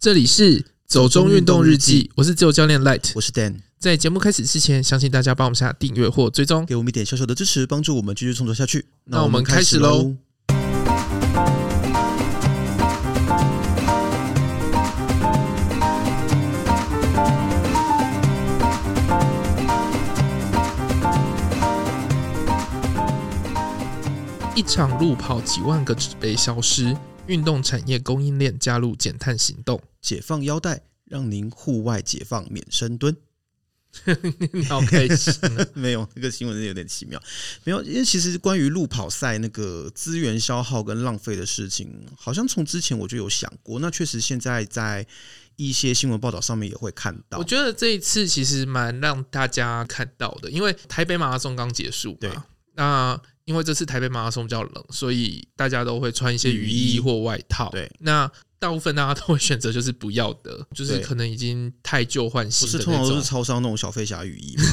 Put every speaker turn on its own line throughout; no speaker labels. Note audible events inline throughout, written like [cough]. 这里是走中运动日记，我是自由教练 Light。
我是 Dan，
在节目开始之前，相信大家帮我们下订阅或追踪。
给我们一点小小的支持，帮助我们继续创作下去。
那我们开始喽。一场路跑，几万个纸杯消失，运动产业供应链加入减碳行 [laughs] 动。
解放腰带，让您户外解放免深蹲。
好开心啊！
没有，这个新闻真的有点奇妙。没有，因为其实关于路跑赛那个资源消耗跟浪费的事情，好像从之前我就有想过。那确实现在在一些新闻报道上面也会看到
我。觉得这一次其实蛮让大家看到的，因为台北马拉松刚结束
对
嘛，那因为这次台北马拉松比较冷，所以大家都会穿一些雨
雨
衣
衣
或外套。
对，
那大部分大家都会选择就是不要的，就是
对
可能已经太旧换
不
新
是
的
通常
那
都是
种。
超商那种小飞侠
[laughs]
雨衣吗，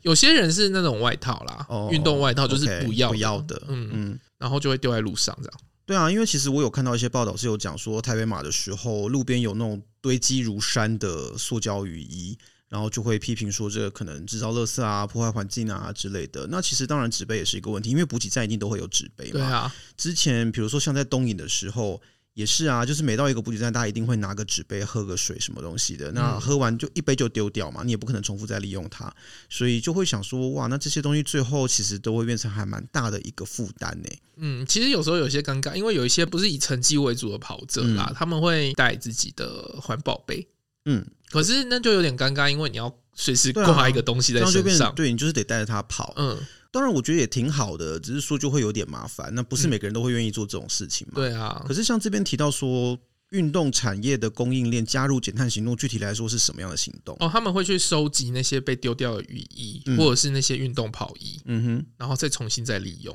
有些人是那种外套啦
哦，
运动外套就是
OK，
不要
不要的。
嗯
嗯嗯，
然后就会丢在路上这样。
对啊，因为其实我有看到一些报道是有讲说，台北马的时候，路边有那种堆积如山的塑胶雨衣，然后就会批评说这个可能制造垃圾啊、破坏环境啊之类的。那其实当然纸杯也是一个问题，因为补给站一定都会有纸杯嘛。
对啊，
之前比如说像在东影的时候。也是啊，就是每到一个补给站，大家一定会拿个纸杯喝个水什么东西的。那
嗯
喝完就一杯就丢掉嘛，你也不可能重复再利用它，所以就会想说，哇，那这些东西最后其实都会变成还蛮大的一个负担呢。
嗯，其实有时候有些尴尬，因为有一些不是以成绩为主的跑者啦，他们会带自己的环保杯，
嗯，
可是那就有点尴尬，因为你要随时
对啊
挂一个东西在
这样就
身
变
上
成。对你就是得带着它跑。
嗯，
当然，我觉得也挺好的，只是说就会有点麻烦。那不是每个人都会愿意做这种事情嘛？。
嗯对啊
可，是像这边提到说，运动产业的供应链加入减碳行动，具体来说是什么样的行动？
哦，他们会去收集那些被丢掉的雨衣，
嗯
或者是那些运动跑衣，
嗯哼，
然后再重新再利用、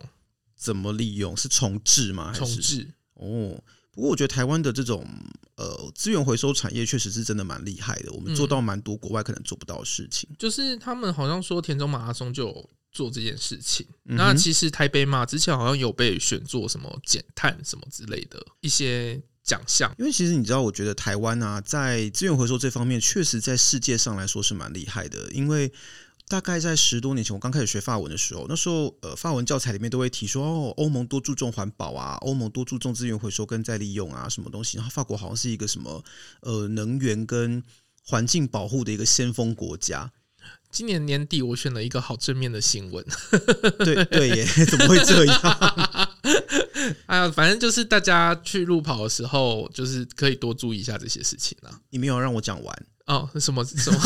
怎么利用？是重置吗？还
重
哎是
置。
哦。不过我觉得台湾的这种呃资源回收产业确实是真的蛮厉害的，我们
嗯
做到蛮多国外可能做不到的事情。
就是他们好像说田中马拉松就有做这件事情。
嗯哼
那其实台北马之前好像有被选做什么减碳什么之类的一些奖项。
因为其实你知道，我觉得台湾啊，在资源回收这方面，确实在世界上来说是蛮厉害的。因为大概在十多年前，我刚开始学法文的时候，那时候呃，法文教材里面都会提说，哦，欧盟多注重环保啊，欧盟多注重资源回收跟再利用啊，什么东西。然后法国好像是一个什么呃能源跟环境保护的一个先锋国家。
今年年底我选了一个好正面的新闻，
对对耶， [laughs] 怎么会这样？ [laughs]
哎呀，反正就是大家去路跑的时候，就是可以多注意一下这些事情啦。
你没有让我讲完，
哦，什么什么？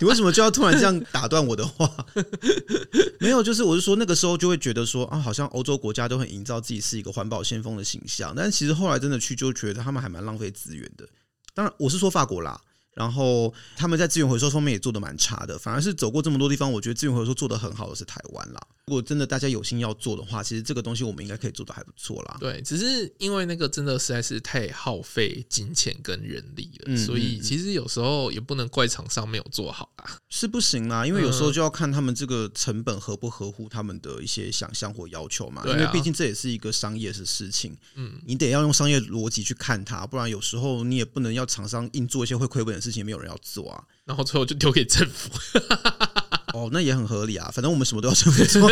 你为什么就要突然这样打断我的话？ [laughs] 没有，就是我是说那个时候就会觉得说啊，好像欧洲国家都很营造自己是一个环保先锋的形象，但是其实后来真的去就觉得他们还蛮浪费资源的。当然，我是说法国啦。然后他们在资源回收方面也做得蛮差的，反而是走过这么多地方，我觉得资源回收做得很好的是台湾啦。如果真的大家有心要做的话，其实这个东西我们应该可以做得还不错啦。
对，只是因为那个真的实在是太耗费金钱跟人力了，
嗯
所以
嗯嗯
其实有时候也不能怪厂商没有做好啦。
是不行啦，因为有时
嗯
候就要看他们这个成本合不合乎他们的一些想象或要求嘛。
对啊
因为毕竟这也是一个商业的事情，
嗯，
你得要用商业逻辑去看它，不然有时候你也不能要厂商硬做一些会亏本的事情，没有人要做啊。
然后最后就丢给政府。
[laughs] 哦，那也很合理啊，反正我们什么都要政府做。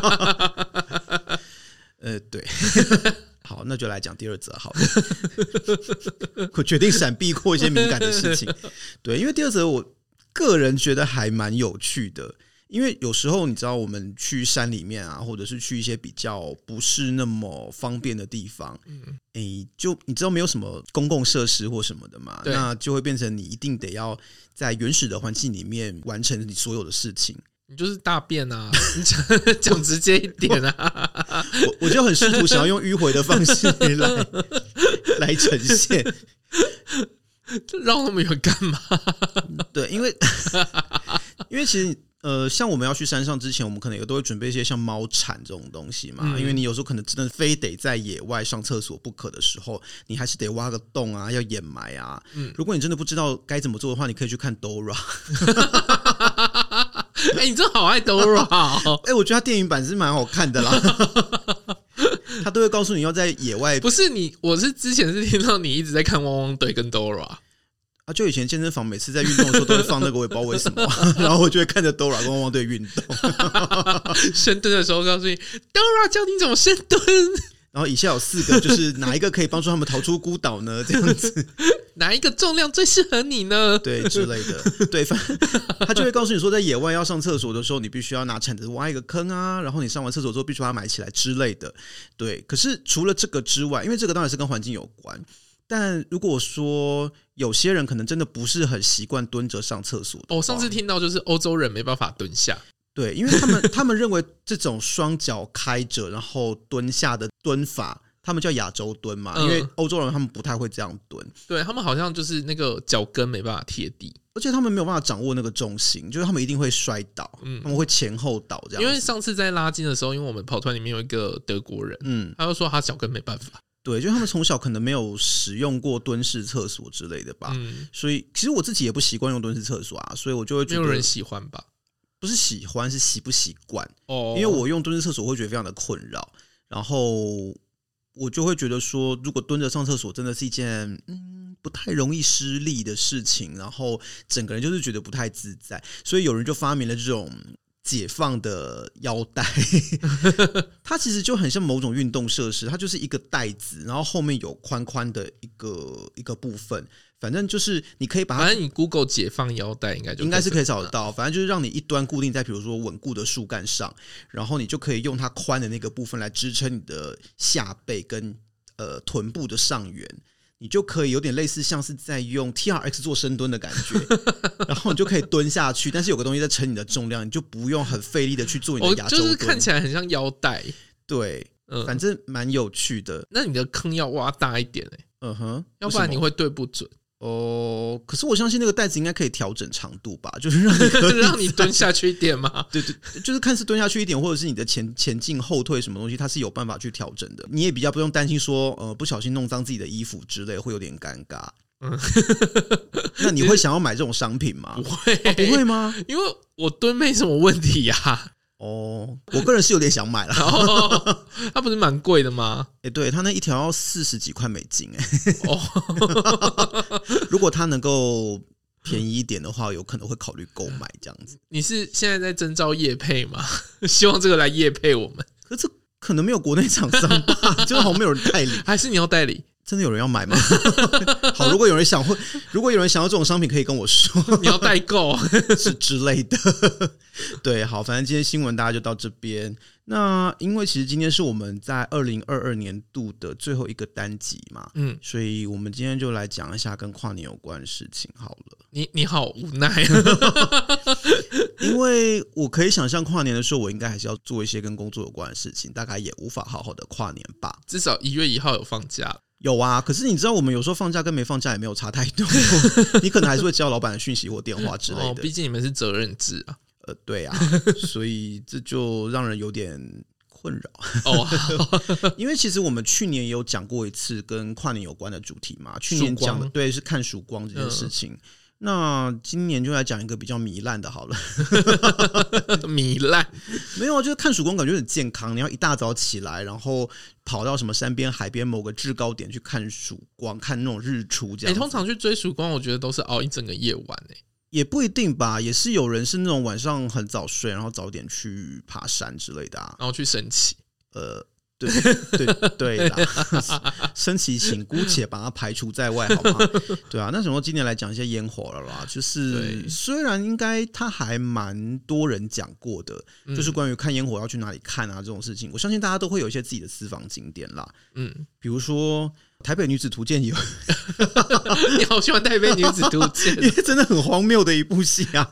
[laughs] 呃，对。 [laughs] 好，那就来讲第二则好了。我决定闪避过一些敏感的事情，对，因为第二则我个人觉得还蛮有趣的，因为有时候你知道我们去山里面啊，或者是去一些比较不是那么方便的地方，嗯，诶、就你知道没有什么公共设施或什么的嘛，
对
那就会变成你一定得要在原始的环境里面完成你所有的事情。
你就是大便啊！ [laughs] 你讲讲直接一点啊！
我我就很试图想要用迂回的方式来
[laughs]
来呈现，
绕那么远干嘛？
对，因为因为其实呃，像我们要去山上之前，我们可能也都会准备一些像猫铲这种东西嘛，
嗯
因为你有时候可能真的非得在野外上厕所不可的时候，你还是得挖个洞啊，要掩埋啊。
嗯
如果你真的不知道该怎么做的话，你可以去看 Dora。
哎、你真的好爱 Dora 哦！
哎、我觉得它电影版是蛮好看的啦。 [laughs] 他都会告诉你要在野外
不是你，我是之前是听到你一直在看汪汪队跟 Dora，
啊，就以前健身房每次在运动的时候都会放那个，我也不知道为什
[laughs]
么， [laughs] 然后我就会看着 Dora 跟汪汪队运动， [laughs]
深蹲的时候告诉你 Dora 教你怎么深蹲，
然后以下有四个，就是哪一个可以帮助他们逃出孤岛呢？这样
[laughs]
子，
哪一个重量最适合你呢？
对之类的，对，反 [laughs] 正他就会告诉你说，在野外要上厕所的时候，你必须要拿铲子挖一个坑啊，然后你上完厕所之后必须把它埋起来之类的。对，可是除了这个之外，因为这个当然是跟环境有关，但如果说有些人可能真的不是很习惯蹲着上厕所的话，
我、哦上次听到就是欧洲人没办法蹲下，
对，因为他们他们认为这种双脚开着然后蹲下的蹲法，他们叫亚洲蹲嘛，
嗯
因为欧洲人他们不太会这样蹲，
对他们好像就是那个脚跟没办法贴地，
而且他们没有办法掌握那个重心，就是他们一定会摔倒，
嗯
他们会前后倒这样
因
子。
为上次在拉筋的时候，因为我们跑团里面有一个德国人，
嗯，
他就说他脚跟没办法，
对，就是他们从小可能没有使用过蹲式厕所之类的吧，
嗯，
所以其实我自己也不习惯用蹲式厕所啊，所以我就会
没
觉
有人
得
喜欢吧？
不是喜欢，是习不习惯。
哦，
因为我用蹲式厕所会觉得非常的困扰，然后我就会觉得说，如果蹲着上厕所真的是一件嗯不太容易失利的事情，然后整个人就是觉得不太自在，所以有人就发明了这种。解放的腰带，它其实就很像某种运动设施，它就是一个带子，然后后面有宽宽的一个一个部分，反正就是你可以把它
反正你 Google 解放腰带应该就
应该是可
以
以找得到，反正就是让你一端固定在比如说稳固的树干上，然后你就可以用它宽的那个部分来支撑你的下背跟呃臀部的上缘，你就可以有点类似像是在用 T R X 做深蹲的
[laughs]
感觉，然后你就可以蹲下去，但是有个东西在撑你的重量，你就不用很费力的去做你
我
的压
哦就
轴
是
蹲，
看起来很像腰带，
对，
嗯，
反正蛮有趣的，
那你的坑要挖大一点哎、
嗯哼，
要不然
为
你
什么
会对不 [laughs] 准，
哦，可是我相信那个袋子应该可以调整长度吧，就是
[laughs]
让你可以
让你蹲下去一点嘛。
对对，就是看是蹲下去一点，或者是你的前前进、后退什么东西，它是有办法去调整的。你也比较不用担心说，呃，不小心弄脏自己的衣服之类，会有点尴尬。
嗯
[laughs] 那你会想要买这种商品吗
[laughs] 不？会、
不会吗？
[laughs] 因为我蹲没什么问题呀、啊。 [laughs]
哦，我个人是有点想买了。
然后它不是蛮贵的吗？ [laughs]
哎、对，它那一条要四十几块美金、哎，
哦，
如果它能够便宜一点的话，有可能会考虑购买这样子。
你是现在在征召业配吗？ [laughs] 希望这个来业配我们，
可是这可能没有国内厂商吧， [laughs] 就好像没有人代理。
还是你要代理？
真的有人要买吗？ [laughs] 好，如果有人想会，如果有人想要这种商品，可以跟我说。
你要代购？ [laughs]
之之类的。 [laughs] 对，好，反正今天新闻大家就到这边。那因为其实今天是我们在二零二二年度的最后一个单集嘛，
嗯，
所以我们今天就来讲一下跟跨年有关的事情好了。
你你好无奈，啊 [laughs]
因为我可以想象跨年的时候，我应该还是要做一些跟工作有关的事情，大概也无法好好的跨年吧。
至少一月一号有放假。
有啊，可是你知道，我们有时候放假跟没放假也没有差太多，你可能还是会接到老板的讯息或电话之类
哦，
的。
毕竟你们是责任制啊。
呃，对啊，所以这就让人有点困扰。
[laughs] 哦，好
因为其实我们去年也有讲过一次跟跨年有关的主题嘛，去年讲
曙光嗯
的对是看曙光这件事情。那今年就来讲一个比较糜烂的好了， [laughs]
糜烂。
没有啊，就是看曙光感觉很健康，你要一大早起来，然后跑到什么山边、海边某个制高点去看曙光，看那种日出这
你、
样
欸
子。
通常去追曙光，我觉得都是哦熬一整个夜晚欸诶、
也不一定吧，也是有人是那种晚上很早睡，然后早点去爬山之类的
[laughs]
啊。
然后去升旗。
呃，对对对啦，升旗请姑且把它排除在外，好吗？对啊，那什么，今年来讲一些烟火了啦，就是
对
虽然应该它还蛮多人讲过的，
嗯
就是关于看烟火要去哪里看啊这种事情，我相信大家都会有一些自己的私房景点啦，
嗯，
比如说。台北女子图鉴有，。
你好喜欢带杯女子图鉴
[laughs] 也真的很荒谬的一部戏啊！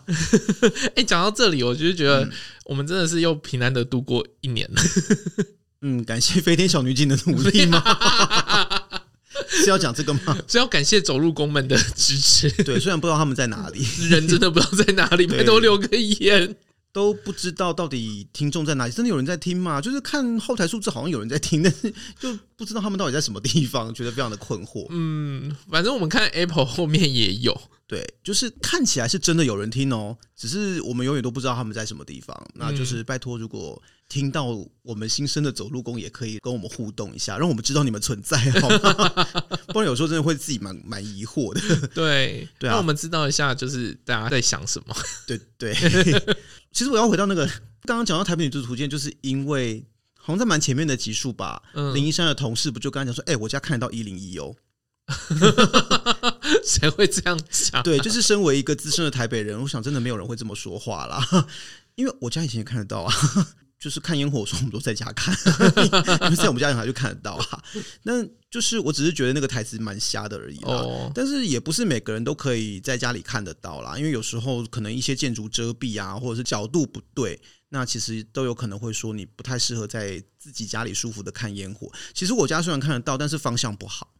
哎、讲到这里，我就觉得我们真的是又平安的度过一年了。 [laughs]
嗯，感谢飞天小女警的努力吗？是要讲这个吗？
所以要感谢走路工们的支持， [laughs]
对，虽然不知道他们在哪里，
人真的不知道在哪里，
对
拜托留个言。
都不知道到底听众在哪里，真的有人在听吗？就是看后台数字，好像有人在听，但是就不知道他们到底在什么地方，觉得非常的困惑。
嗯，反正我们看 Apple 后面也有，
对，就是看起来是真的有人听哦，只是我们永远都不知道他们在什么地方。那就是拜托，如果听到我们新生的走路工也可以跟我们互动一下，让我们知道你们存在，好吗？ [laughs] 不然有时候真的会自己蛮蛮疑惑的。
对，
[laughs] 对啊
让我们知道一下，就是大家在想什么。
对对， [laughs] 其实我要回到那个刚刚讲到台北女子图鉴，就是因为好像在蛮前面的集数吧，
嗯
林一山的同事不就跟他讲说，哎、我家看得到一零一哦。
[laughs] 谁会这样讲？
对，就是身为一个资深的台北人，我想真的没有人会这么说话啦， [laughs] 因为我家以前也看得到啊。 [laughs] 就是看烟火，我说我们都在家看， [laughs] 因为在我们家阳台就看得到啊。那就是我只是觉得那个台词蛮瞎的而已啦。
哦，
但是也不是每个人都可以在家里看得到啦，因为有时候可能一些建筑遮蔽啊，或者是角度不对，那其实都有可能会说你不太适合在自己家里舒服的看烟火。其实我家虽然看得到，但是方向不好，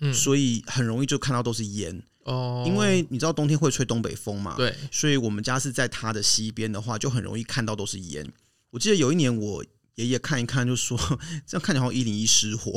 嗯，
所以很容易就看到都是烟，
哦，
因为你知道冬天会吹东北风嘛，
对，
所以我们家是在它的西边的话，就很容易看到都是烟。我记得有一年我。爷爷看一看就说：“ [laughs] 这样看起来好像一零一
[laughs]
失火。”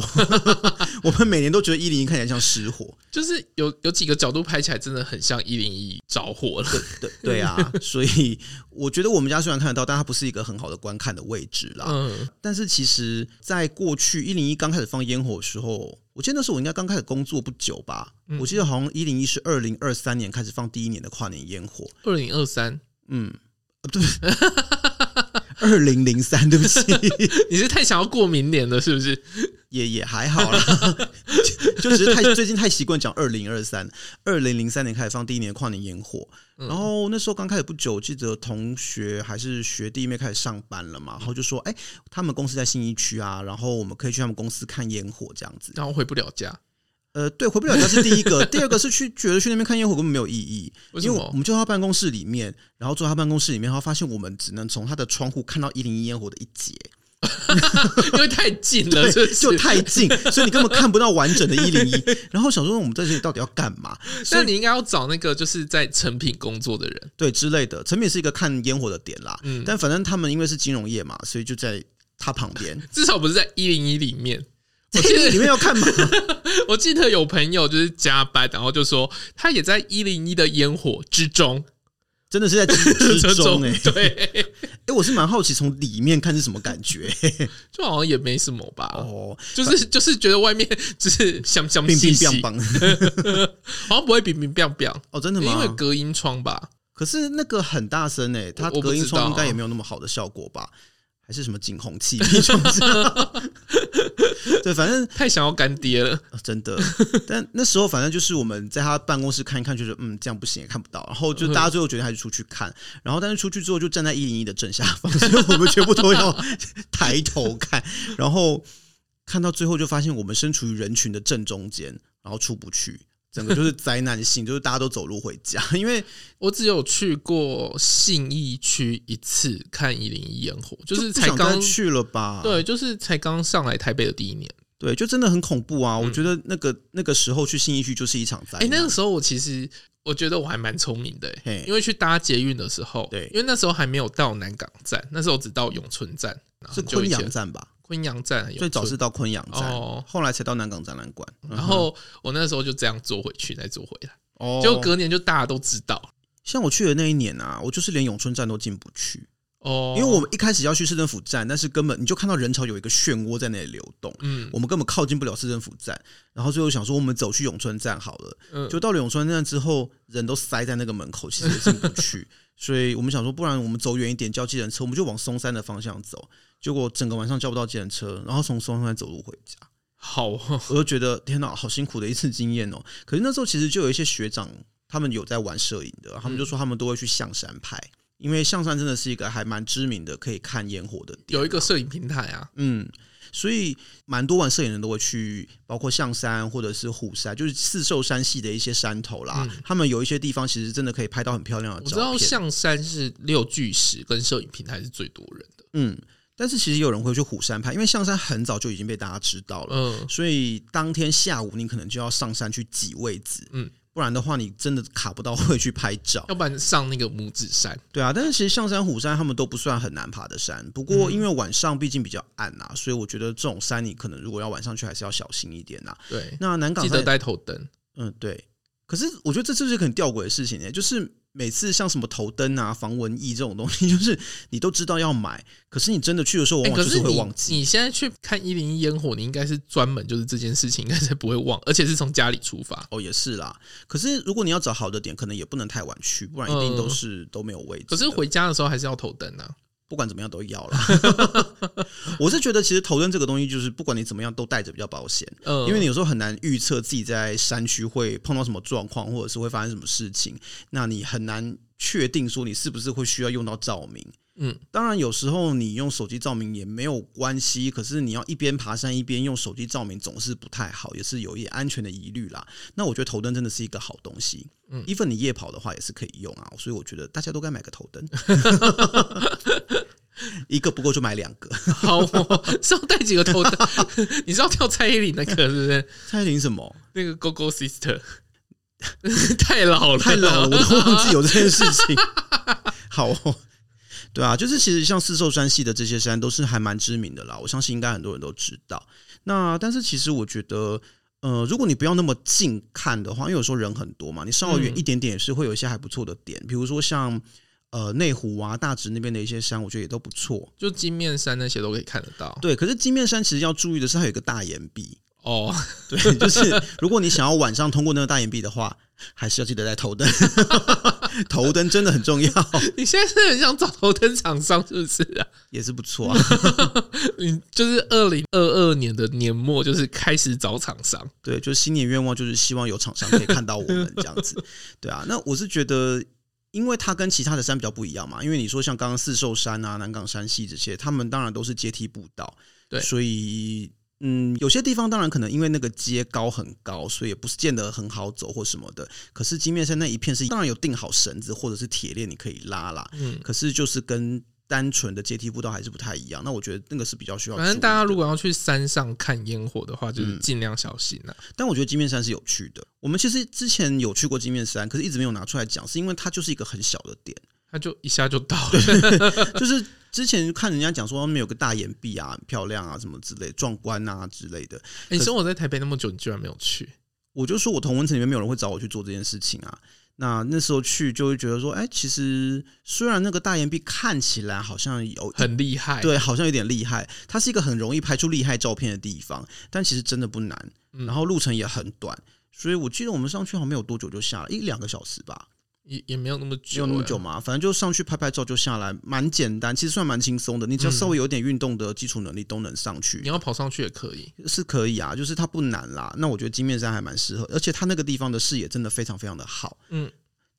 我们每年都觉得一零一看起来像失火，
就是有有几个角度拍起来真的很像一零一着火了。
对对啊，所以我觉得我们家虽然看得到，但它不是一个很好的观看的位置啦。
嗯，
但是其实，在过去一零一刚开始放烟火的时候，我记得那时候我应该刚开始工作不久吧。我记得好像一零一是二零二三年开始放第一年的跨年烟火，
二零二三，
嗯，呃对，二零零三，对不起，
你是太想要过明年了，是不是？
也也还好啦， [laughs] 就就只是太最近太习惯讲二零二三，二零零三年开始放第一年的跨年烟火，
嗯
然后那时候刚开始不久，记得同学还是学弟妹开始上班了嘛，然后就说，哎、他们公司在信义区啊，然后我们可以去他们公司看烟火这样子。
然后回不了家，
呃，对，回不了家是第一个， [laughs] 第二个是去觉得去那边看烟火根本没有意义，
为什
因为我
么
我？们就到他办公室里面，然后坐他办公室里面，然后发现我们只能从他的窗户看到一零一烟火的一节，
因为太近了，是
[laughs] 对，
不是
就太近，所以你根本看不到完整的一 [laughs] 零一。然后想说我们在这里到底要干嘛？所
那
以
你应该要找那个就是在成品工作的人，
对之类的，成品是一个看烟火的点啦。
嗯
但反正他们因为是金融业嘛，所以就在他旁
[laughs]
边。
至少不是在一零一里面。我记
这里
得
面要看嘛？
我记得有朋友就是加班，然后就说他也在一零一的烟火之中，
[laughs] 真的是在之
[laughs]
之中哎、欸、
对，
哎，我是蛮好奇从里面看是什么
[laughs]
感觉、
就好像也没什么吧。
哦，
就是就是觉得外面就是香香
冰
细
冰
细，
冰棒 [laughs]
好像不会冰冰冰冰，
哦，真的
因为
吗？
隔音窗吧。
可是那个很大声哎、它
我我不
隔音
知道啊
窗应该也没有那么好的效果吧？还是什么警红器那种？ [laughs] 对，反正
太想要干爹了，
啊真的。但那时候反正就是我们在他办公室看一看，觉得嗯这样不行，也看不到。然后就大家最后决定还是出去看。然后但是出去之后就站在一零一的正下方， [laughs] 所以我们全部都要抬头看。然后看到最后就发现我们身处于人群的正中间，然后出不去。整个就是灾难性，就是大家都走路回家，因为
我只有去过信义区一次看一零一烟火，就是
不
才
想再
刚
去了吧？
对，就是才刚上来台北的第一年。
对，就真的很恐怖啊！我觉得那个那个时候去信义区就是一场灾
哎、
难。
嗯那个时候我其实我觉得我还蛮聪明的、欸
嘿，
因为去搭捷运的时候，
哎对
因为那时候还没有到南港站，那时候只到永春站，然后
是
很久
昆
以前
阳站吧？
昆阳站，永
最早
春
是到昆阳站，
哦
后来才到南港展览馆。嗯
然后我那时候就这样坐回去，再坐回来，
哦
就隔年就大家都知道
像我去的那一年啊，我就是连永春站都进不去，
哦，
因为我们一开始要去市政府站，但是根本你就看到人潮有一个漩涡在那里流动，
嗯
我们根本靠近不了市政府站。然后最后想说，我们走去永春站好了。
嗯
就到了永春站之后，人都塞在那个门口，其实也进不
[laughs]
去。所以我们想说，不然我们走远一点，叫计程车，我们就往松山的方向走。结果整个晚上叫不到计程车，然后从松山走路回家。
好
[laughs]
哦，
我就觉得天哪，好辛苦的一次经验哦。可是那时候其实就有一些学长，他们有在玩摄影的，他
嗯
们就说他们都会去象山拍，因为象山真的是一个还蛮知名的可以看烟火的地，
有一个摄影平台啊，
嗯。所以蛮多玩摄影的人都会去，包括象山或者是虎山，就是四兽山系的一些山头啦。他们有一些地方其实真的可以拍到很漂亮的
嗯我知
啊照
道
片。
象山是六巨石跟摄影平台是最多人的，
嗯，但是其实有人会去虎山拍，因为象山很早就已经被大家知道了。
嗯，
所以当天下午你可能就要上山去挤位置，
嗯
嗯，不然的话你真的卡不到会去拍照。
要不然上那个拇指山，
对啊，但是其实象山、虎山他们都不算很难爬的山，不
嗯
过因为晚上毕竟比较暗啊，所以我觉得这种山你可能如果要晚上去还是要小心一点啊。
对，
那南港
记
山
得
也，
带头灯，
嗯，对。可是我觉得这就是一个很吊诡的事情呢、就是每次像什么头灯啊、防蚊液这种东西， [laughs] 就是你都知道要买，可是你真的去的时候，往
哎，
往就
可
是会
你
忘记。
你现在去看一零一烟火，你应该是专门就是这件事情，应该是不会忘，而 [laughs] 且是从家里出发。
哦，也是啦。可是如果你要找好的点，可能也不能太晚去，不然一定都是、都没有位置的。
嗯可是回家的时候还是要头灯啊。
不管怎么样都要啦。 [laughs] 我是觉得其实头灯这个东西，就是不管你怎么样都带着比较保险。
嗯，
因为你有时候很难预测自己在山区会碰到什么状况，或者是会发生什么事情，那你很难确定说你是不是会需要用到照明。
嗯，
当然有时候你用手机照明也没有关系，可是你要一边爬山一边用手机照明总是不太好，也是有一些安全的疑虑啦。那我觉得头灯真的是一个好东西，嗯，even 你夜跑的话也是可以用啊，所以我觉得大家都该买个头灯，一个不够就买两个。
[laughs] 好、哦，是要带几个头灯？ [laughs] 你是要跳蔡依林那个是不是？
蔡依林什么？
那个 Go Go Sister [laughs] 太老了，
太老了，我都忘记有这件事情。 [laughs] 好、哦，对啊，就是其实像四兽山系的这些山都是还蛮知名的啦，我相信应该很多人都知道。那但是其实我觉得。呃，如果你不要那么近看的话，因为有时候人很多嘛，你稍微远
嗯
一点点也是会有一些还不错的点，比如说像呃内湖啊、大直那边的一些山，我觉得也都不错。
就金面山那些都可以看得到。
对，可是金面山其实要注意的是，它有一个大岩壁，
哦，
[laughs] 对，就是如果你想要晚上通过那个大岩壁的话，还是要记得带头灯， [laughs] 头灯真的很重要，
[laughs] 你现在是很想找头灯厂商是不是啊？
也是不错啊。
你就是二零二二年的年末，就是开始找厂商。
对，就是新年愿望就是希望有厂商可以看到我们这样
[laughs]
子，对啊。那我是觉得。因为它跟其他的山比较不一样嘛，因为你说像刚刚四兽山啊、南港山系这些，他们当然都是阶梯步道，
对
所以嗯，有些地方当然可能因为那个阶高很高，所以也不是见得很好走或什么的。可是金面山那一片是当然有定好绳子或者是铁链，你可以拉啦，
嗯，
可是就是跟单纯的阶梯步道还是不太一样。那我觉得那个是比较需要注
反
意的。嗯
正大家如果要去山上看烟火的话，就是尽量小心啊。
但我觉得金面山是有趣的。我们其实之前有去过金面山，可是一直没有拿出来讲，是因为它就是一个很小的点。
他就一下就到
[laughs]
了，欸
就是之前看人家讲说，他们有个大岩壁啊，很漂亮啊，什么之类，壮观啊之类的。
你生活在台北那么久，你居然没有去？
我就说我同文层里面没有人会找我去做这件事情啊。那那时候去就会觉得说，哎、其实虽然那个大岩壁看起来好像有一
很厉害，
对，好像有点厉害。它是一个很容易拍出厉害照片的地方，但其实真的不难，
嗯
然后路程也很短。所以我记得我们上去好像没有多久就下来，一两个小时吧，
也也没有那么久，欸
没有那么久嘛，反正就上去拍拍照就下来，蛮简单，其实算蛮轻松的。你只要稍微有点运动的基础能力都能上去，
你要跑上去也可以。
是可以啊，就是它不难啦。那我觉得金面山还蛮适合，而且它那个地方的视野真的非常非常的好。
嗯，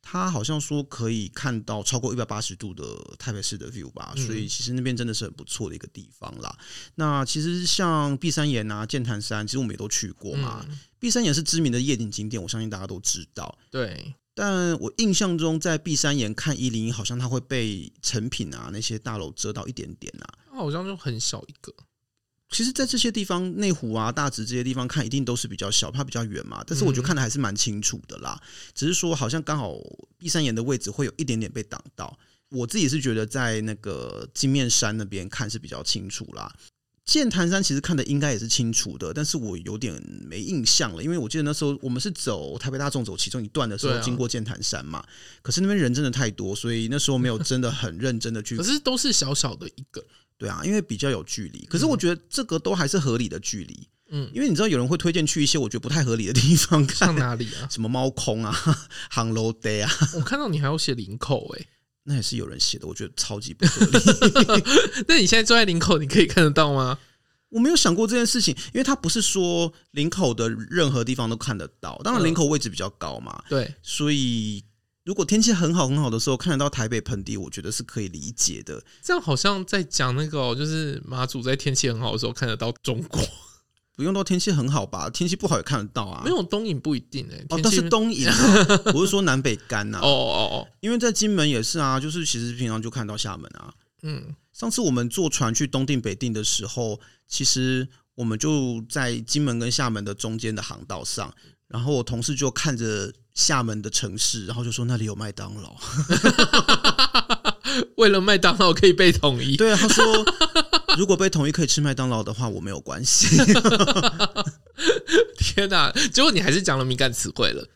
它好像说可以看到超过一百八十度的台北市的 view 吧，
嗯
所以其实那边真的是很不错的一个地方啦。那其实像碧山岩啊、剑潭山，其实我们也都去过嘛。
嗯，
碧山岩是知名的夜景景点，我相信大家都知道。
对，
但我印象中，在碧山岩看一零一，好像它会被成品啊那些大楼遮到一点点啊。
它好像就很小一个，
其实，在这些地方，内湖啊、大直这些地方看，一定都是比较小，怕比较远嘛。但是我
嗯
觉得看的还是蛮清楚的啦，只是说好像刚好碧山岩的位置会有一点点被挡到。我自己是觉得在那个金面山那边看是比较清楚啦。剑潭山其实看的应该也是清楚的，但是我有点没印象了，因为我记得那时候我们是走台北大众走其中一段的时候
对啊
经过剑潭山嘛，可是那边人真的太多，所以那时候没有真的很认真的去
[laughs] 可是都是小小的一个。
对啊，因为比较有距离。可是我觉得这个都还是合理的距离。
嗯
因为你知道有人会推荐去一些我觉得不太合理的地方 [laughs] 看
上，哪里啊？
什么猫空啊、航楼 day 啊，
我看到你还要写领口哎、
那也是有人写的，我觉得超级不合理。 [laughs]
那你现在坐在领口，你可以看得到吗？
我没有想过这件事情，因为它不是说林口的任何地方都看得到，当然
嗯
林口位置比较高嘛，
对，
所以。如果天气很好很好的时候看得到台北盆地，我觉得是可以理解的。
这样好像在讲那个、哦，就是马祖在天气很好的时候看得到中国，
不用到天气很好吧，天气不好也看得到啊。
没有东影不一定哎、
哦，
天
但
气
是
[laughs]
东引、啊，我是说南北干啊呐、
哦哦哦，
因为在金门也是啊，就是其实平常就看到厦门啊。
嗯，
上次我们坐船去东定北定的时候，其实我们就在金门跟厦门的中间的航道上，然后我同事就看着厦门的城市，然后就说那里有麦当劳。
为了麦当劳可以被统一，
对，啊他说如果被同意可以吃麦当劳的话，我没有关系。 [laughs]
天哪、结果你还是讲了敏感词汇了，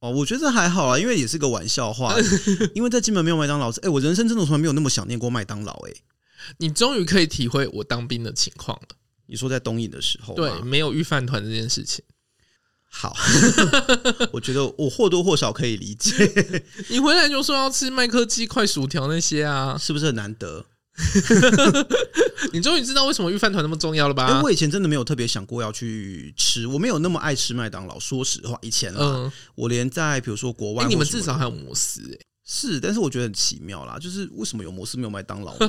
哦，我觉得还好啊，因为也是个玩笑话。因为在金门没有麦当劳，哎、我人生真的从来没有那么想念过麦当劳、哎，
你终于可以体会我当兵的情况了。
你说在东引的时候，啊
对，，没有预饭团这件事情，
好， [laughs] 我觉得我或多或少可以理
[laughs]
解，
你回来就说要吃麦克鸡、快薯条那些啊，
是不是很难得？
你终于知道为什么预饭团那么重要了
哎、
吧？
我以前真的没有特别想过要去吃，我没有那么爱吃麦当劳。说实话，以前啊，
嗯，
我连在比如说国外
哎、
或什
你
么的，
们至少还有摩斯、哎
是，但是我觉得很奇妙啦，就是为什么有摩斯没有麦当劳
[laughs]
呢？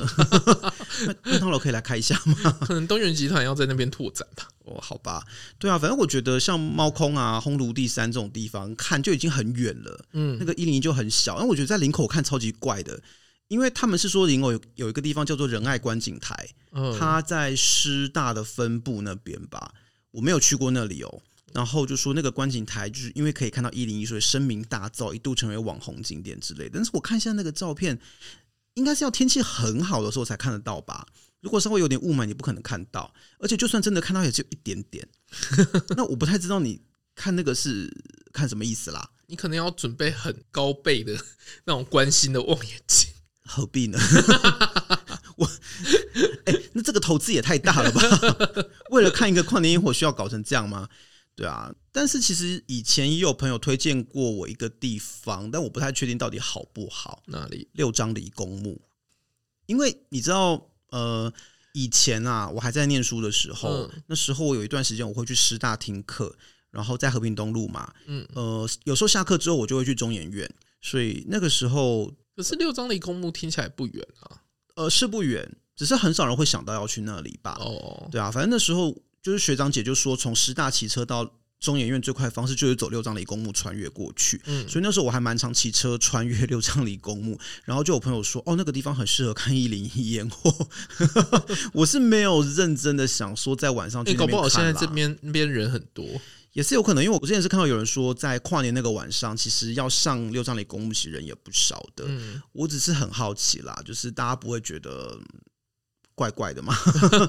麦麦当劳可以来开一下吗？
可能东元集团要在那边拓展吧。
哦，好吧，对啊，反正我觉得像猫空啊、烘炉第三这种地方看就已经很远了，那
嗯，
个一零一就很小。但我觉得在林口看超级怪的，因为他们是说林口有有一个地方叫做仁爱观景台，
嗯
它在师大的分部那边吧，我没有去过那里哦。然后就说那个观景台，就是因为可以看到一零一，所以声名大噪，一度成为网红景点之类的。但是我看一下那个照片，应该是要天气很好的时候才看得到吧？如果稍微有点雾霾，你不可能看到。而且就算真的看到，也只有一点点。那我不太知道你看那个是看什么意思啦？
你可能要准备很高倍的那种关心的望远镜。
何必呢？ [laughs] 我 [laughs] 哎、那这个投资也太大了吧？ [laughs] 为了看一个跨年烟火，需要搞成这样吗？对啊，但是其实以前也有朋友推荐过我一个地方，但我不太确定到底好不好。
那里？
六张犁公墓，因为你知道，呃，以前啊，我还在念书的时候，
嗯
那时候我有一段时间我会去师大听课，然后在和平东路嘛，
嗯，
呃，有时候下课之后我就会去中研院，所以那个时候
可是六张离公墓听起来不远啊。
呃，是不远，只是很少人会想到要去那里吧。
哦，
对啊，反正那时候就是学长姐就说，从师大骑车到中研院最快的方式就是走六张犁公墓穿越过去。
嗯，
所以那时候我还蛮常骑车穿越六张犁公墓，然后就有朋友说，哦，那个地方很适合看一零一烟火。 [laughs] 我是没有认真的想说在晚上去
你、
那
搞
边看啦、
不好现在这边那边人很多。
也是有可能，因为我之前是看到有人说，在跨年那个晚上，其实要上六张犁公墓，其实人也不少的。
嗯，
我只是很好奇啦，就是大家不会觉得嗯怪怪的吗？ [laughs]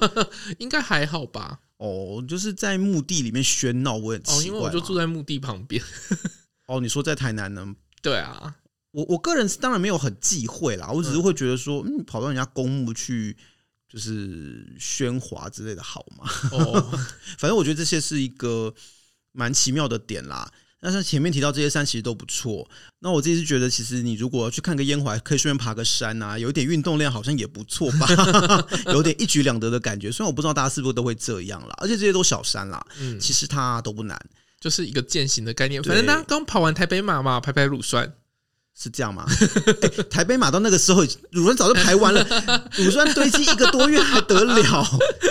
应该还好吧？
哦，就是在墓地里面喧闹，我很奇怪
哦因
嘛。，
为我就住在墓地旁边。 [laughs]
哦，你说在台南呢？
对
[laughs]
啊，
我我个人是当然没有很忌讳啦，我只是会觉得说，嗯，跑到人家公墓去就是喧哗之类的好吗？
哦，
反正我觉得这些是一个蛮奇妙的点啦。那像前面提到这些山其实都不错，那我自己是觉得，其实你如果去看个烟火，还可以顺便爬个山啊，有一点运动量好像也不错
[laughs]
吧，有点一举两得的感觉。虽然我不知道大家是不是都会这样啦，而且这些都小山啦，
嗯，
其实它都不难，
就是一个践行的概念。
对
反正他刚跑完台北马嘛，排排乳酸。
是这样吗？ [laughs] 欸台北马到那个时候，乳酸早就排
[laughs]
完了，乳酸堆积一个多月还得了？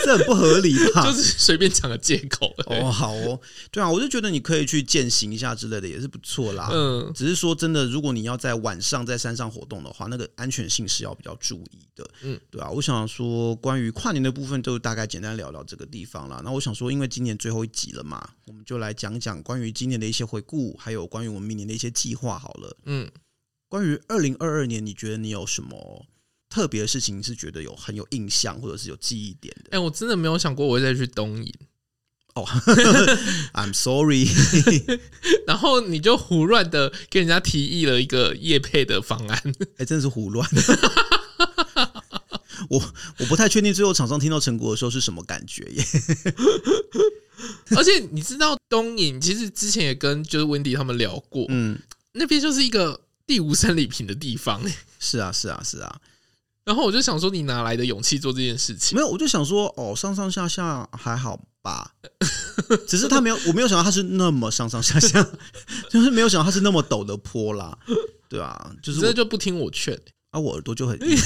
这很不合理
[laughs]
吧？
就是随便讲个借口。
啊哦，好哦，对啊，我就觉得你可以去践行一下之类的，也是不错
[laughs]
啦。
嗯，
只是说真的，如果你要在晚上在山上活动的话，那个安全性是要比较注意的。
嗯
嗯，对啊，我想说关于跨年的部分，就大概简单聊聊这个地方啦。那我想说，因为今年最后一集了嘛，我们就来讲讲关于今年的一些回顾，还有关于我们明年的一些计划好了。
嗯，
关于二零二二年，你觉得你有什么特别的事情是觉得有很有印象或者是有记忆点的哦
哎、我真的没有想过我会再去东营，
[laughs] ？I'm sorry，
[laughs] 然后你就胡乱的给人家提议了一个业配的方案。 [laughs]
哎、真的是胡乱。我我不太确定最后厂商听到成果的时候是什么感觉耶。
而且你知道东影，其实之前也跟就是温迪他们聊过，
嗯，
那边就是一个地无生理品的地方。 [laughs] 欸
是啊，是啊，是啊。
然后我就想说，你哪来的勇气做这件事情？
没有，我就想说，哦，上上下下还好吧，只是他没有，我没有想到他是那么上上下下， [laughs] 就是没有想到他是那么陡的坡啦，对啊，就
你
是
真
我
的就不听我劝，欸
啊，我耳朵就很硬，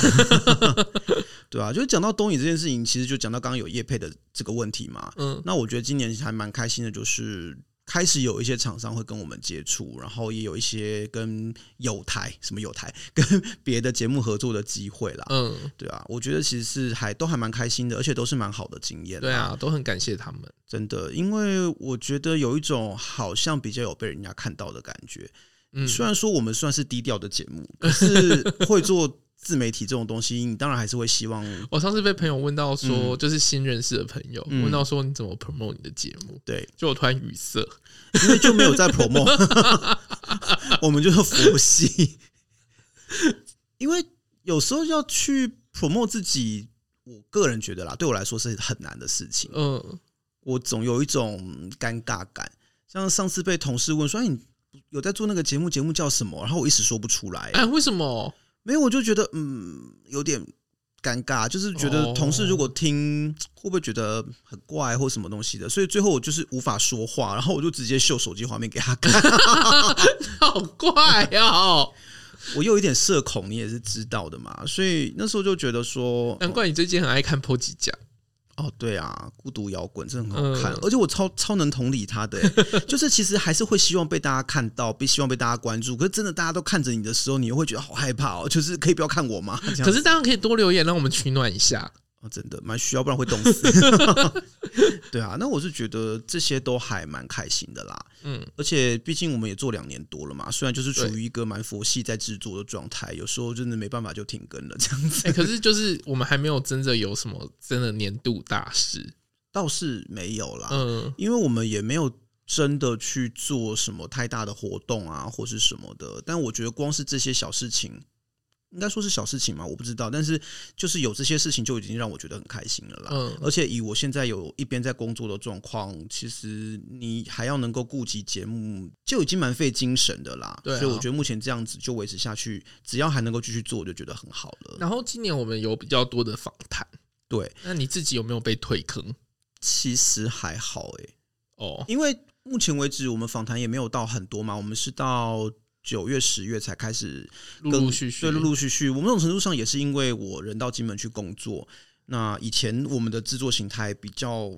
对啊，就是讲到东影这件事情，其实就讲到刚刚有叶配的这个问题嘛。
嗯
那我觉得今年还蛮开心的，就是开始有一些厂商会跟我们接触，然后也有一些跟有台什么有台跟 [laughs] 别的节目合作的机会啦。
嗯，
对啊，我觉得其实是还都还蛮开心的，而且都是蛮好的经验。
对，啊，都很感谢他们。
真的，因为我觉得有一种好像比较有被人家看到的感觉。
嗯，
虽然说我们算是低调的节目，可是会做自媒体这种东西，你当然还是会希望。
[laughs] 我上次被朋友问到说，就是新认识的朋友
嗯
问到说你怎么 promote 你的节目，
对，
就我突然语塞。
因为就没有在 promo， [laughs] 我们就是佛系，因为有时候要去 promote 自己，我个人觉得啦，对我来说是很难的事情。
嗯，
我总有一种尴尬感。像上次被同事问说：“哎，你有在做那个节目？节目叫什么？”然后我一时说不出来、
哎、为什么？ [laughs]
没有，我就觉得嗯，有点尴尬，就是觉得
哦
同事如果听、会不会觉得很怪或什么东西的，所以最后我就是无法说话，然后我就直接秀手机画面给他看。
好怪哦！
[laughs] 我又有一点社恐，你也是知道的嘛，所以那时候就觉得说，
难怪你最近很爱看破几奖。
哦，对啊，孤独摇滚真的很好看，
嗯
而且我超超能同理他的、欸 [laughs] 就是其实还是会希望被大家看到，被希望被大家关注，可是真的大家都看着你的时候，你又会觉得好害怕哦，就是可以不要看
[laughs]
我吗？这样
可是大家可以多留言，让我们取暖一
[laughs]
下。
哦，真的蛮需要，不然会冻
[laughs]
死。对啊，那我是觉得这些都还蛮开心的啦。
嗯，
而且毕竟我们也做两年多了嘛，虽然就是处于一个蛮佛系在制作的状态，有时候真的没办法就停更了这样子。
哎、可是就是我们还没有真的有什么真的年度大事。
倒是没有啦，
嗯，
因为我们也没有真的去做什么太大的活动啊，或是什么的。但我觉得光是这些小事情，应该说是小事情嘛，我不知道。但是就是有这些事情，就已经让我觉得很开心了啦。
嗯
而且以我现在有一边在工作的状况，其实你还要能够顾及节目，就已经蛮费精神的啦。
对啊
所以我觉得目前这样子就维持下去，只要还能够继续做，我就觉得很好了。
然后今年我们有比较多的访谈，
对，
那你自己有没有被退坑？
其实还好欸诶、
哦，
因为目前为止我们访谈也没有到很多嘛，我们是到九月、十月才开始
陆
更
陆续续，
对，陆陆续续。我们某种程度上也是因为我人到金门去工作，那以前我们的制作形态比较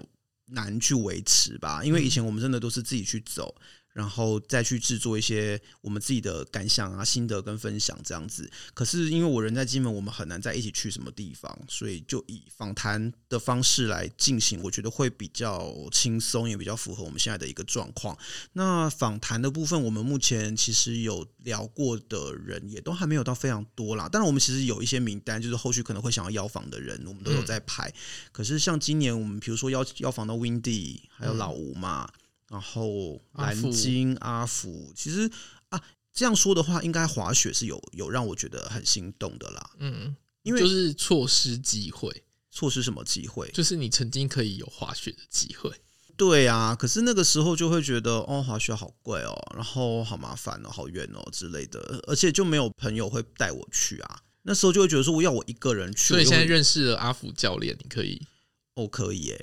难去维持吧，因为
嗯
以前我们真的都是自己去走。然后再去制作一些我们自己的感想啊、心得跟分享这样子。可是因为我人在金门，我们很难在一起去什么地方，所以就以访谈的方式来进行，我觉得会比较轻松，也比较符合我们现在的一个状况。那访谈的部分，我们目前其实有聊过的人也都还没有到非常多啦。当然，我们其实有一些名单，就是后续可能会想要邀访的人，我们都
嗯
有在排。可是像今年我们比如说邀邀访到 Windy，还有老吴嘛，然后
嗯阿
蓝
福
鲸、阿福，其实啊这样说的话，应该滑雪是有有让我觉得很心动的啦。
嗯，
因为
就是错失机会，
错失什么机会？
就是你曾经可以有滑雪的机会。
对啊，可是那个时候就会觉得，哦，滑雪好贵哦，然后好麻烦哦，好远哦之类的，而且就没有朋友会带我去啊。那时候就会觉得说，我要我一个人去，
所以
我又
现在认识了阿福教练，你可以
哦可以
[laughs]
耶。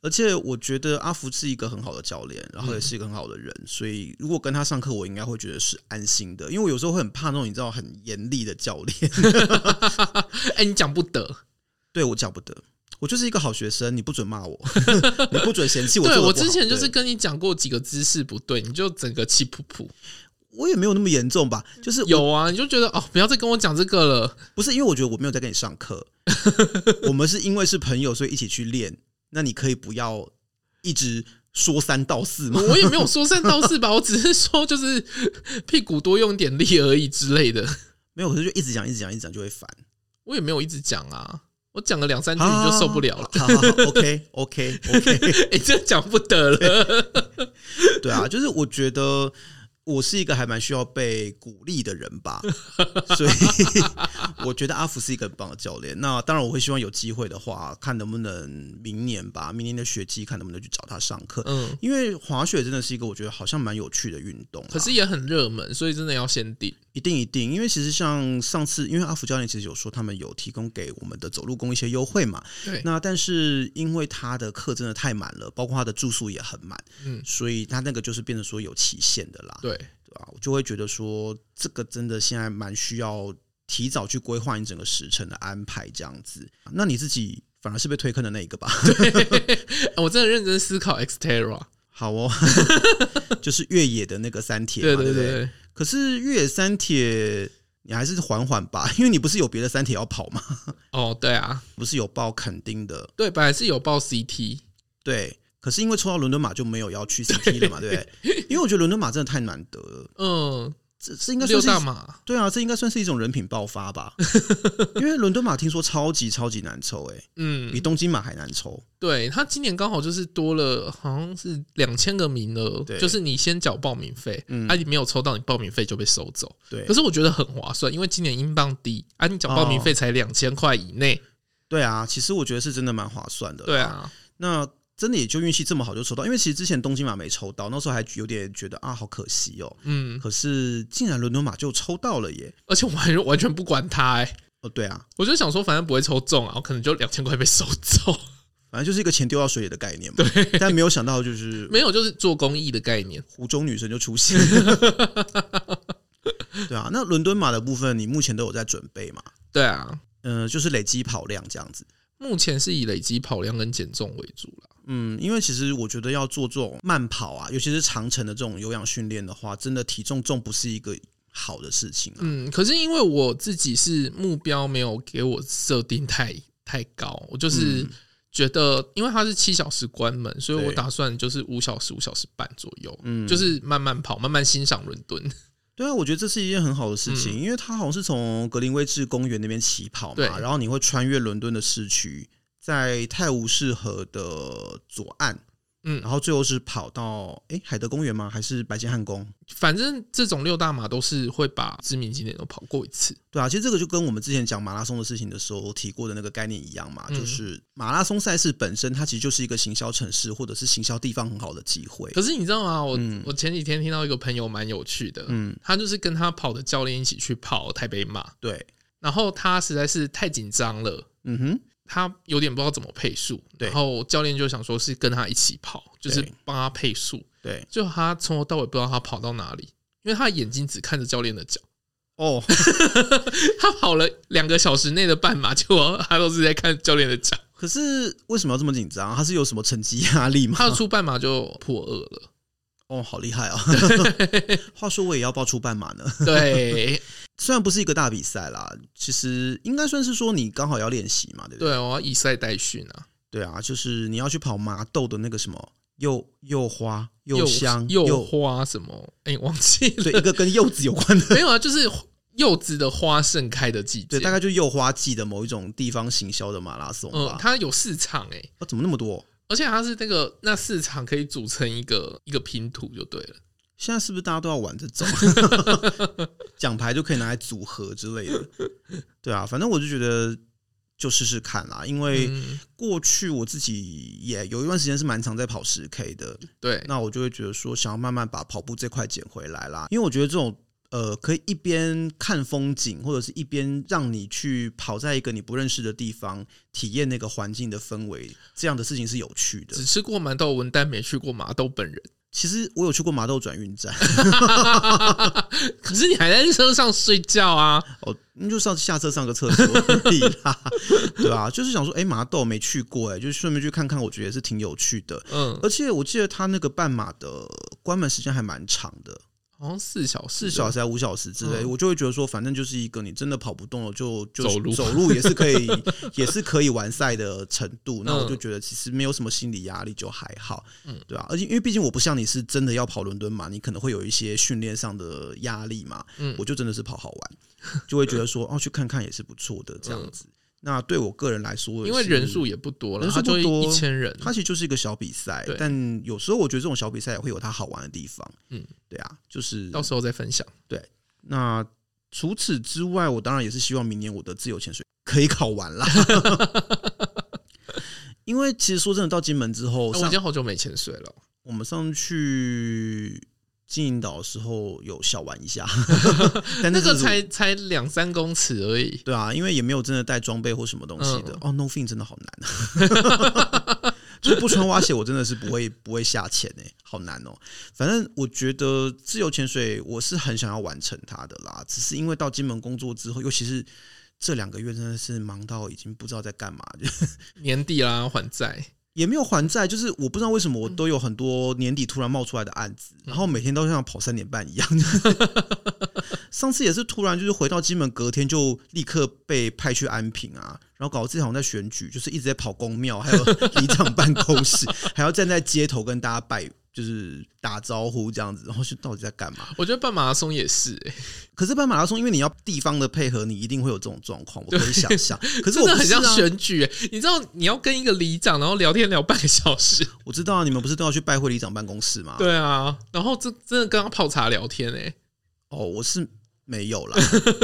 而且我觉得阿福是一个很好的教练，然后
嗯
也是一个很好的人，所以如果跟他上课，我应该会觉得是安心的，因为我有时候会很怕那种你知道很严厉的教练， [laughs]
哎、你讲不得。
对我教不得。我就是一个好学生，你不准骂我， [laughs] 你不准嫌弃我做
对
得不好。
我之前就是
对
跟你讲过几个姿势不对，你就整个气噗噗。
我也没有那么严重吧，就是我
有啊，你就觉得哦，不要再跟我讲这个了。
[laughs] 不是因为我觉得我没有在跟你上
[laughs]
课，我们是因为是朋友，所以一起去练。那你可以不要一直说三道四吗？
我也没有说三道四吧，我只是说就是屁股多用点力而已之类的。
没有，可是就一直讲，一直讲，一直讲就会烦。
我也没有一直讲啊，我讲了两三句你就受不了
[laughs]
了。
好好好，OK，OK，OK，、 [laughs]
哎、这讲不得了。
对啊，就是我觉得我是一个还蛮需要被鼓励的人吧，
[laughs]
所以我觉得阿福是一个很棒的教练。那当然，我会希望有机会的话，看能不能明年吧，明年的学季看能不能去找他上课。
[laughs] 嗯，
因为滑雪真的是一个我觉得好像蛮有趣的运动啦，
可是也很热门，所以真的要先定。
一定一定，因为其实像上次，因为阿福教练其实有说他们有提供给我们的走路工一些优惠嘛。
对，
那但是因为他的课真的太满了，包括他的住宿也很满，
嗯，
所以他那个就是变成说有期限的啦， [laughs]
对，
对吧、我就会觉得说这个真的现在蛮需要提早去规划你整个时程的安排这样子。那你自己反而是被推坑的那一个吧？ [laughs]
哎我真的认真思考 Xterra。
好哦， [laughs] 就是越野的那个三铁
对
嘛，
对
不对？
对，
可是越野三铁，你还是缓缓吧， [laughs] 因为你不是有别的三铁要跑吗？
哦，对啊，
[laughs] 不是有报垦丁的，
对，本来是有报 CT，
对。可 [laughs] 是因为抽到伦敦马就没有要去 CT 了嘛，对不对？因为我觉得伦敦马真的太难得了，
嗯，
这这应该算
六
是
大马
对啊，这应该算是一种人品爆
[laughs]
发吧？因为伦敦马听说超级超级难抽、欸，
嗯
比，东京马还难抽。
对他今年刚好就是多了，好像是两千个名额
对，
就是你先缴报名费，
嗯
啊，你没有抽到，你报名费就被收走。
对哦
可，是我觉得很划算，因为今年英镑低，啊，你缴报名费才两千块以内，
对啊，其实我觉得是真的蛮划算的。
对，啊，
那真的也就运气这么好就抽到，因为其实之前东京马没抽到，那时候还有点觉得啊，好可惜哦。
嗯，
可是竟然伦敦马就抽到了耶！
而且我还完全不管它，哎，
哦，对啊，
我就想说，反正不会抽中啊，我可能就两千块被收走， [laughs]
反正就是一个钱丢到水里的概念嘛。但没有想到就是
没有，就是做公益的概念。
湖中女神就出现。 [laughs] 对啊，那伦敦马的部分你目前都有在准备嘛？
对啊，
嗯、就是累积跑量这样子。
目前是以累积跑量跟减重为主啦。
嗯，因为其实我觉得要做这种慢跑啊，尤其是长程的这种有氧训练的话，真的体重重不是一个好的事情啊。
嗯，可是因为我自己是目标没有给我设定太太高，我就是
嗯
觉得，因为它是七小时关门，所以我
对
打算就是五小时、五小时半左右，
嗯
就是慢慢跑，慢慢欣赏伦敦。 [laughs]
对啊，我觉得这是一件很好的事情，因为它好像是从格林威治公园那边起跑
嗯对
嘛，然后你会穿越伦敦的市区，在泰晤士河的左岸，
嗯
然后最后是跑到诶海德公园吗？还是白金汉宫？
反正这种六大马都是会把知名景点都跑过一次。
对啊，其实这个就跟我们之前讲马拉松的事情的时候提过的那个概念一样嘛，
嗯
就是马拉松赛事本身它其实就是一个行销城市或者是行销地方很好的机会。
可是你知道吗？我、
嗯
我前几天听到一个朋友蛮有趣的，
嗯，
他就是跟他跑的教练一起去跑台北马，
对，
然后他实在是太紧张了，
嗯哼，
他有点不知道怎么配速，
对
然后教练就想说是跟他一起跑，就是
对
帮他配速，
对，
就他从头到尾不知道他跑到哪里，因为他的眼睛只看着教练的脚， [laughs]
哦， [laughs]
他跑了两个小时内的半马，结果他都是在看教练的脚，
可是为什么要这么紧张？他啊是有什么成绩压力吗
[laughs] 他？的出半马就破二了，
哦，好厉害哦！话说我也要报出半马呢，
[laughs] 对
虽然不是一个大比赛啦，其实应该算是说你刚好要练习嘛，对不对？
对，我要以赛代训啊， [laughs]
对啊，就是你要去跑麻豆的那个什么柚柚花、柚
柚
香、
柚花什么，哎、忘记了，
对，一个跟柚子有关的，
[laughs] 没有啊，就是柚子的花盛开的季节。
对，大概就是柚花季的某一种地方行销的马拉松
嗯，
吧。
它有市场哎、
哦怎么那么多？
而且它是那个那市场可以组成一个一个拼图就对了。
现在是不是大家都要玩这种奖牌就可以拿来组合之类的？对啊，反正我就觉得就试试看啦，因为
嗯，
过去我自己也有一段时间是蛮常在跑十 K 的，
对，
那我就会觉得说想要慢慢把跑步这块捡回来啦，因为我觉得这种。呃，可以一边看风景，或者是一边让你去跑在一个你不认识的地方，体验那个环境的氛围，这样的事情是有趣的
只。吃过麻豆文，但没去过麻豆本人。 [laughs]
其实我有去过麻豆转运站，
可是你还在车上睡觉啊？
哦，那就上下车上个厕所而已啦， [laughs] 对啊，就是想说，哎、麻豆没去过、哎，就是顺便去看看，我觉得也是挺有趣的。
嗯，
而且我记得他那个半马的关门时间还蛮长的，
好像四小时，
四小时还五小时之类，
嗯
我就会觉得说，反正就是一个你真的跑不动了，就就
走路
走路也
[laughs]
是可以，也是可以完赛的程度。那
嗯
我就觉得其实没有什么心理压力，就还好，
嗯
对啊。而且因为毕竟我不像你是真的要跑伦敦嘛，你可能会有一些训练上的压力嘛，
嗯
我就真的是跑好玩，就会觉得说哦，去看看也是不错的这样子。那对我个人来说，
嗯因为人数。也不多了，
人数
它
不
就
多
一千人。
它其实就是一个小比赛
对，
但有时候我觉得这种小比赛也会有它好玩的地方。
嗯，
对啊，就是
到时候再分享。
那除此之外，我当然也是希望明年我的自由潜水可以考完
[laughs]
啦。因为其实说真的，到金门之后，
我
上
已经好久没潜水了，
我们上次去金银岛的时候有小玩一
[laughs]
下，但
那
是
个才才两三公尺而已。
对啊，因为也没有真的带装备或什么东西的。哦，no fin 真的好难啊！ [laughs] 所以不穿蛙鞋，我真的是不会不会下潜诶、好难哦。反正我觉得自由潜水我是很想要完成它的啦，只是因为到金门工作之后，尤其是这两个月真的是忙到已经不知道在干嘛，就
年底啦，还债。
也没有还债，就是我不知道为什
嗯
么我都有很多年底突然冒出来的案子，然后每天都像跑三点半一样。 [laughs] 上次也是突然就是回到金门，隔天就立刻被派去安平啊，然后搞得自己好像在选
[laughs]
举，就是一直在跑公庙，还有里长办公室，还要站在街头跟大家拜。就是打招呼这样子，然后是到底在干嘛？
我觉得半马拉松也是、欸，
可是办马拉松，因为你要地方的配合，你一定会有这种状况，我可以想
[laughs]
象。可是
真
我
的
不
很
是
像
啊，
选举、欸。你知道你要跟一个里长，然后聊天聊半个小时，
我知道啊，你们不是都要去拜会里长办公室吗？，
对啊，然后这真的跟他泡茶聊天哎、
哦，我是没有啦，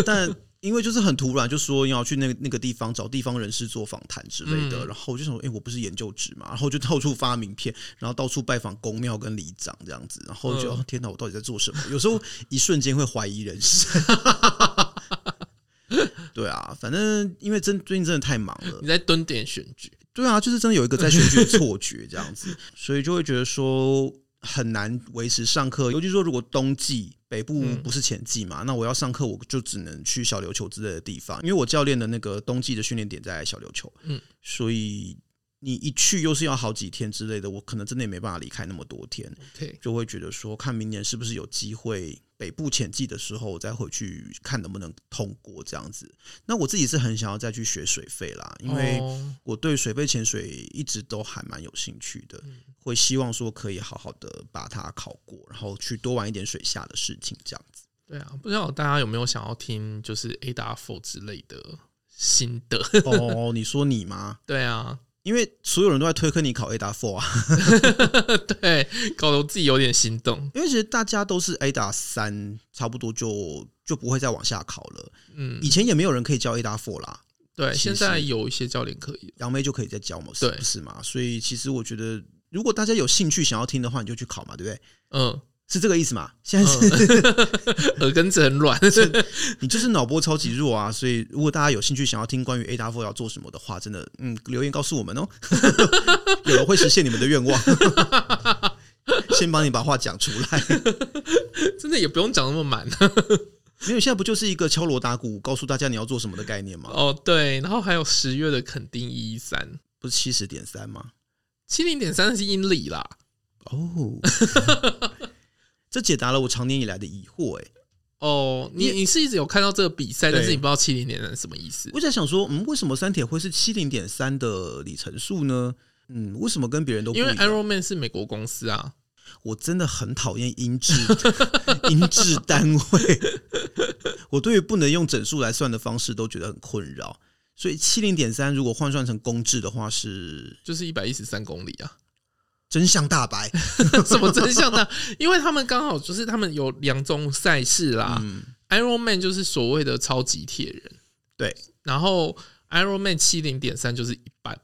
但。因为就是很突然，就说要去那个那个地方找地方人士做访谈之类的，
嗯
然后我就想说，哎、我不是研究职嘛，然后就到处发名片，然后到处拜访公庙跟里长这样子，然后就、
嗯
哦天哪，我到底在做什么？有时候一瞬间会怀疑人生。 [laughs] 对啊，反正因为真最近真的太忙了，
你在蹲点选举，
对啊，就是真的有一个在选
[laughs]
举的错觉这样子，所以就会觉得说很难维持上课，尤其说如果冬季北部
嗯
不是前季嘛，那我要上课我就只能去小琉球之类的地方，因为我教练的那个冬季的训练点在小琉球，
嗯
嗯，所以你一去又是要好几天之类的，我可能真的也没办法离开那么多天，
对，
就会觉得说看明年是不是有机会。北部前季的时候，我再回去看能不能通过这样子。那我自己是很想要再去学水费啦，因为
哦
我对水肺潜水一直都还蛮有兴趣的，
嗯
会希望说可以好好的把它考过，然后去多玩一点水下的事情，这样子。
对啊，不知道大家有没有想要听就是 A 打 f o 之类的心得？ [laughs]
哦，你说你吗？
对啊， [laughs]
因为所有人都在推坑你考 A 达 Four 啊，
对，搞得我自己有点心动。
因为其实大家都是 A 达三，差不多就就不会再往下考了。
嗯，
以前也没有人可以教 A 达 Four 啦，
对，
其
现
实
在有一些教练可以了。
杨梅就可以再教嘛，是
对
不是嘛？所以其实我觉得，如果大家有兴趣想要听的话，你就去考嘛，对不对？
嗯， [laughs]
是这个意思嘛？现在是、
嗯耳根子很软。 [laughs]
你就是脑波超级弱啊！所以如果大家有兴趣想要听关于 A 大 f 要做什么的话，真的，嗯，留言告诉我们哦， [laughs] 有人会实现你们的愿望。 [laughs] 先帮你把话讲出来，
真的也不用讲那么满啊
[laughs] 没有，现在不就是一个敲锣打鼓告诉大家你要做什么的概念吗？
哦。对，然后还有十月的肯定一一三
不是七十点三吗？
七零点三是英里啦。
哦， [laughs] 这解答了我常年以来的疑惑、哎，
哦，你你是一直有看到这个比赛，
对
但是你不知道七零点三是什么意思
我。在想说，嗯，为什么三铁会是七零点三的里程数呢？嗯，为什么跟别人都不一
因为
样？
Ironman 是美国公司啊，
我真的很讨厌音质 [laughs] 音质单位， [laughs] 我对于不能用整数来算的方式都觉得很困扰。所以七零点三如果换算成公制的话是
就是一百一十三公里啊， [laughs]
真相大白。
什么真相呢？因为他们刚好就是他们有两种赛事啦、
嗯，
i r o n Man 就是所谓的超级铁人，
对
然后 Iron Man 七零点三就是一半，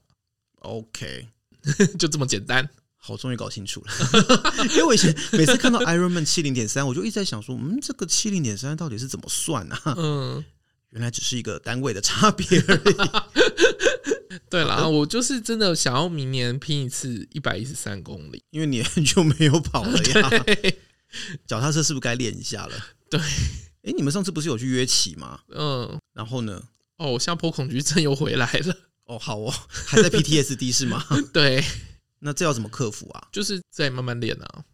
，OK，
[laughs] 就这么简
[laughs]
单。
好，终于搞清楚了。 [laughs] 因为我以前每次看到 Iron Man 七零点三，我就一直在想说，嗯，这个七零点三到底是怎么算啊？ [laughs]
嗯，
原来只是一个单位的差别而已。 [laughs]
对啦，
嗯
我就是真的想要明年拼一次一百一十三公里。 [laughs]
因为你也很久没有跑了呀， [laughs] 脚踏车是不是该练一下了？
对
哎，你们上次不是有去约骑吗？
嗯，
然后呢？
哦，下坡恐惧症又回来了。 [laughs]
哦，好哦，还在 PTSD [laughs] 是吗？
对，
那这要怎么克服啊？ [laughs]
就是在慢慢练啊，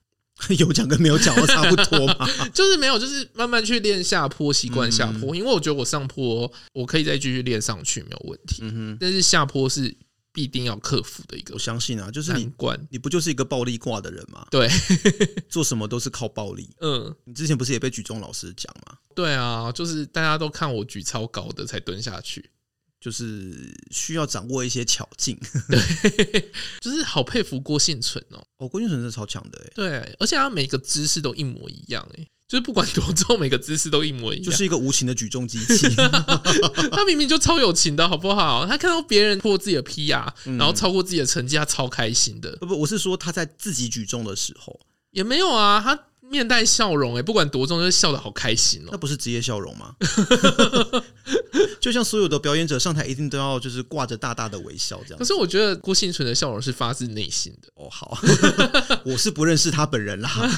有讲跟没有讲都差不多嘛。
就是没有，就是慢慢去练下坡，习惯下坡。
嗯
因为我觉得我上坡我可以再继续练上去，没有问题。
嗯哼，
但是下坡是必定要克服的一个
我相信啊，就是
难
你，
关。
你不就是一个暴力挂的人吗？
对，
[laughs] 做什么都是靠暴力。
嗯，
你之前不是也被举重老师讲吗？
对啊，就是大家都看我举超高的才蹲下去，
就是需要掌握一些巧劲。
就是好佩服郭幸存哦。
哦，郭俊纯是超强的、欸，
对，而且他每个姿势都一模一样，哎，就是不管多重，每个姿势都一模一样。
就是一个无情的举重机器。
[laughs] 他明明就超有情的好不好？他看到别人破自己的 PR，、
嗯
然后超过自己的成绩，他超开心的。
[laughs] 不不，我是说他在自己举重的时候，
也没有啊，他面带笑容、欸，不管多重，就是笑的好开心哦、
那不是职业笑容吗？ [laughs] 就像所有的表演者上台一定都要就是挂着大大的微笑这样
可。是我觉得郭幸存的笑容是发自内心的，
哦，好， [laughs] 我是不认识他本人啦，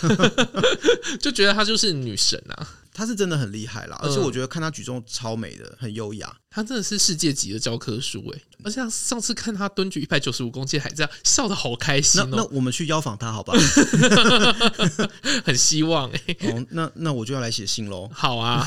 就觉得她就是女神啊。
他是真的很厉害啦，而且
嗯
我觉得看他举重超美的，很优雅。
他真的是世界级的教科书哎、而且他上次看他蹲举一百九十五公斤还这样笑的好开心
那那
哦、
我们去邀访他好
[laughs]
吧？
很希望哎、
哦，那那我就要来写信喽。
好
[laughs]
啊，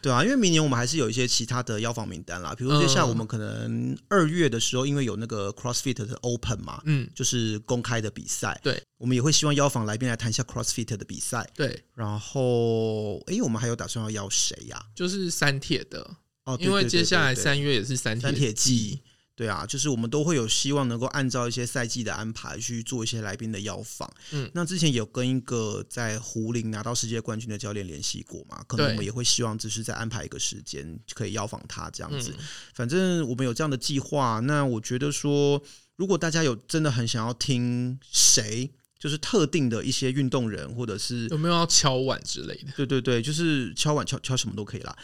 对啊，因为明年我们还是有一些其他的邀访名单啦，比如说接
嗯
下来我们可能二月的时候，因为有那个 CrossFit 的 Open 嘛，
嗯，
就是公开的比赛，
对，
我们也会希望邀访来宾来谈一下 CrossFit 的比赛。
对，
然后，诶，我们还有打算要邀谁呀、
就是三铁的，
哦，对
因为
对对
接下来
对对
三月也是三
三
铁
铁季，对啊，就是我们都会有希望能够按照一些赛季的安排去做一些来宾的邀访。
嗯
那之前有跟一个在胡林拿到世界冠军的教练联系过嘛，可能
对
我们也会希望就是在安排一个时间可以邀访他这样子。
嗯
反正我们有这样的计划，那我觉得说，如果大家有真的很想要听谁，就是特定的一些运动人或者是。
有没有要敲碗之类
[laughs]
的，
对对对，就是敲碗敲敲什么都可以啦，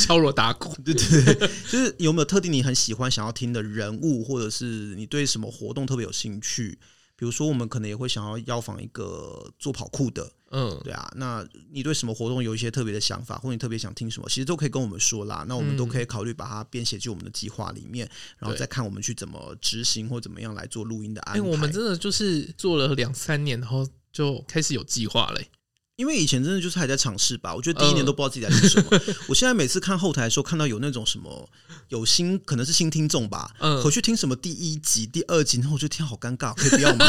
敲锣打鼓？
对对，对，就是有没有特定你很喜欢、想要听的人物，或者是你对什么活动特别有兴趣？比如说，我们可能也会想要邀访一个做跑酷的，
嗯，
对啊。那你对什么活动有一些特别的想法，或者你特别想听什么，其实都可以跟我们说啦。那我们都可以考虑把它编写进我们的计划里面，然后
对
再看我们去怎么执行或怎么样来做录音的安
哎、
排。
我们真的就是做了两三年，然后就开始有计划嘞、 [laughs]
因为以前真的就是还在尝试吧，我觉得第一
嗯
年都不知道自己在录什么。
[laughs]
我现在每次看后台的时候，看到有那种什么有新，可能是新听众吧，
嗯
回去听什么第一集、第二集，然后我就听好尴尬，可以不
[laughs]
要吗？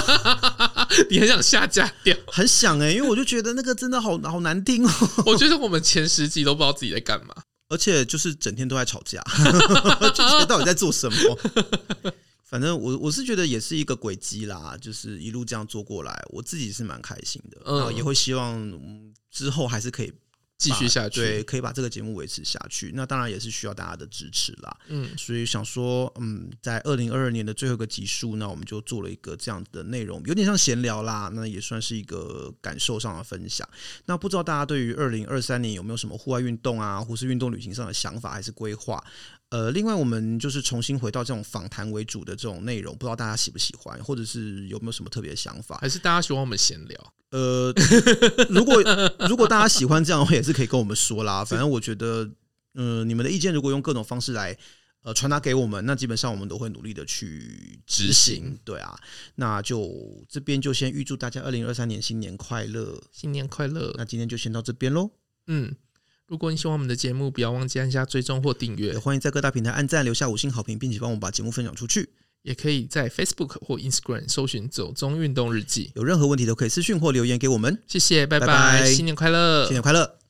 你很想下架掉？
很想哎、因为我就觉得那个真的好好难
[laughs]
听哦，
我觉得我们前十集都不知道自己在干 [laughs] 嘛。
而且就是整天都在吵
[laughs]
架，就觉得到底在做什么。反正我我是觉得也是一个轨迹啦，就是一路这样做过来，我自己是蛮开心的，
嗯
然后也会希望嗯之后还是可以
继续下去。
对，可以把这个节目维持下去。那当然也是需要大家的支持啦。
嗯，
所以想说，嗯，在二零二二年的最后一个集数，那我们就做了一个这样的内容，有点像闲聊啦，那也算是一个感受上的分享。那不知道大家对于二零二三年有没有什么户外运动啊，或是运动旅行上的想法还是规划？呃，另外我们就是重新回到这种访谈为主的这种内容，不知道大家喜不喜欢，或者是有没有什么特别的想法？
还是大家喜欢我们闲聊。
呃，如果如果大家喜欢这样的话，也是可以跟我们说啦。反正我觉得，嗯、你们的意见如果用各种方式来呃传达给我们，那基本上我们都会努力的去执
执行
行。对啊，那就这边就先预祝大家二零二三年新年快乐。
新年快乐！
那今天就先到这边喽，
嗯，如果你喜欢我们的节目，不要忘记按下追踪或订
也
阅，
欢迎在各大平台按赞、留下五星好评，并且帮我们把节目分享出去。
也可以在 Facebook 或 Instagram 搜寻“走中运动日记
有任何问题都可以私讯或留言给我们”。。
谢谢，拜
拜拜
新年快乐！
新年快乐！